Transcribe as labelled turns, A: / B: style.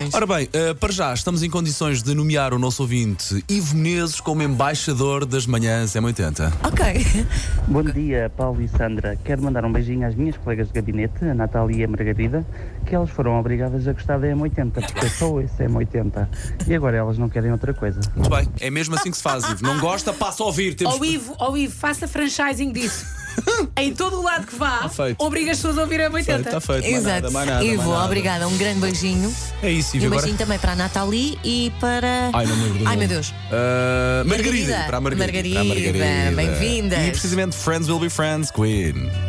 A: Parabéns.
B: Ora bem, eh, para já estamos em condições de nomear o nosso ouvinte Ivo Menezes como embaixador das manhãs M80.
C: Ok.
D: Bom dia, Paulo e Sandra. Quero mandar um beijinho às minhas colegas de gabinete, a Natália e a Margarida, que elas foram obrigadas a gostar da M80, porque eu só esse M80. E agora elas não querem outra coisa.
B: Muito bem, é mesmo assim que se faz, Ivo. Não gosta, passa a ouvir. Temos...
A: Ó Ivo, ó Ivo, faça franchising disso. em todo o lado que vá,
B: feito.
A: obriga as pessoas a ouvir a
B: Feito,
A: 80.
B: Está feito, mais
C: Exato.
B: nada, mais nada, mais
C: Ivo,
B: nada.
C: obrigada. Um grande beijinho.
B: É isso,
C: E
B: Ivo.
C: um
B: Agora...
C: beijinho também para a Nathalie e para.
B: Ai, não me lembro do nome.
C: Ai, meu Deus.
B: Ah, Margarida.
C: Margarida.
B: Para a Margarida.
C: Margarida,
B: Para a Margarida.
C: bem-vindas.
B: E precisamente Friends Will Be Friends, Queen.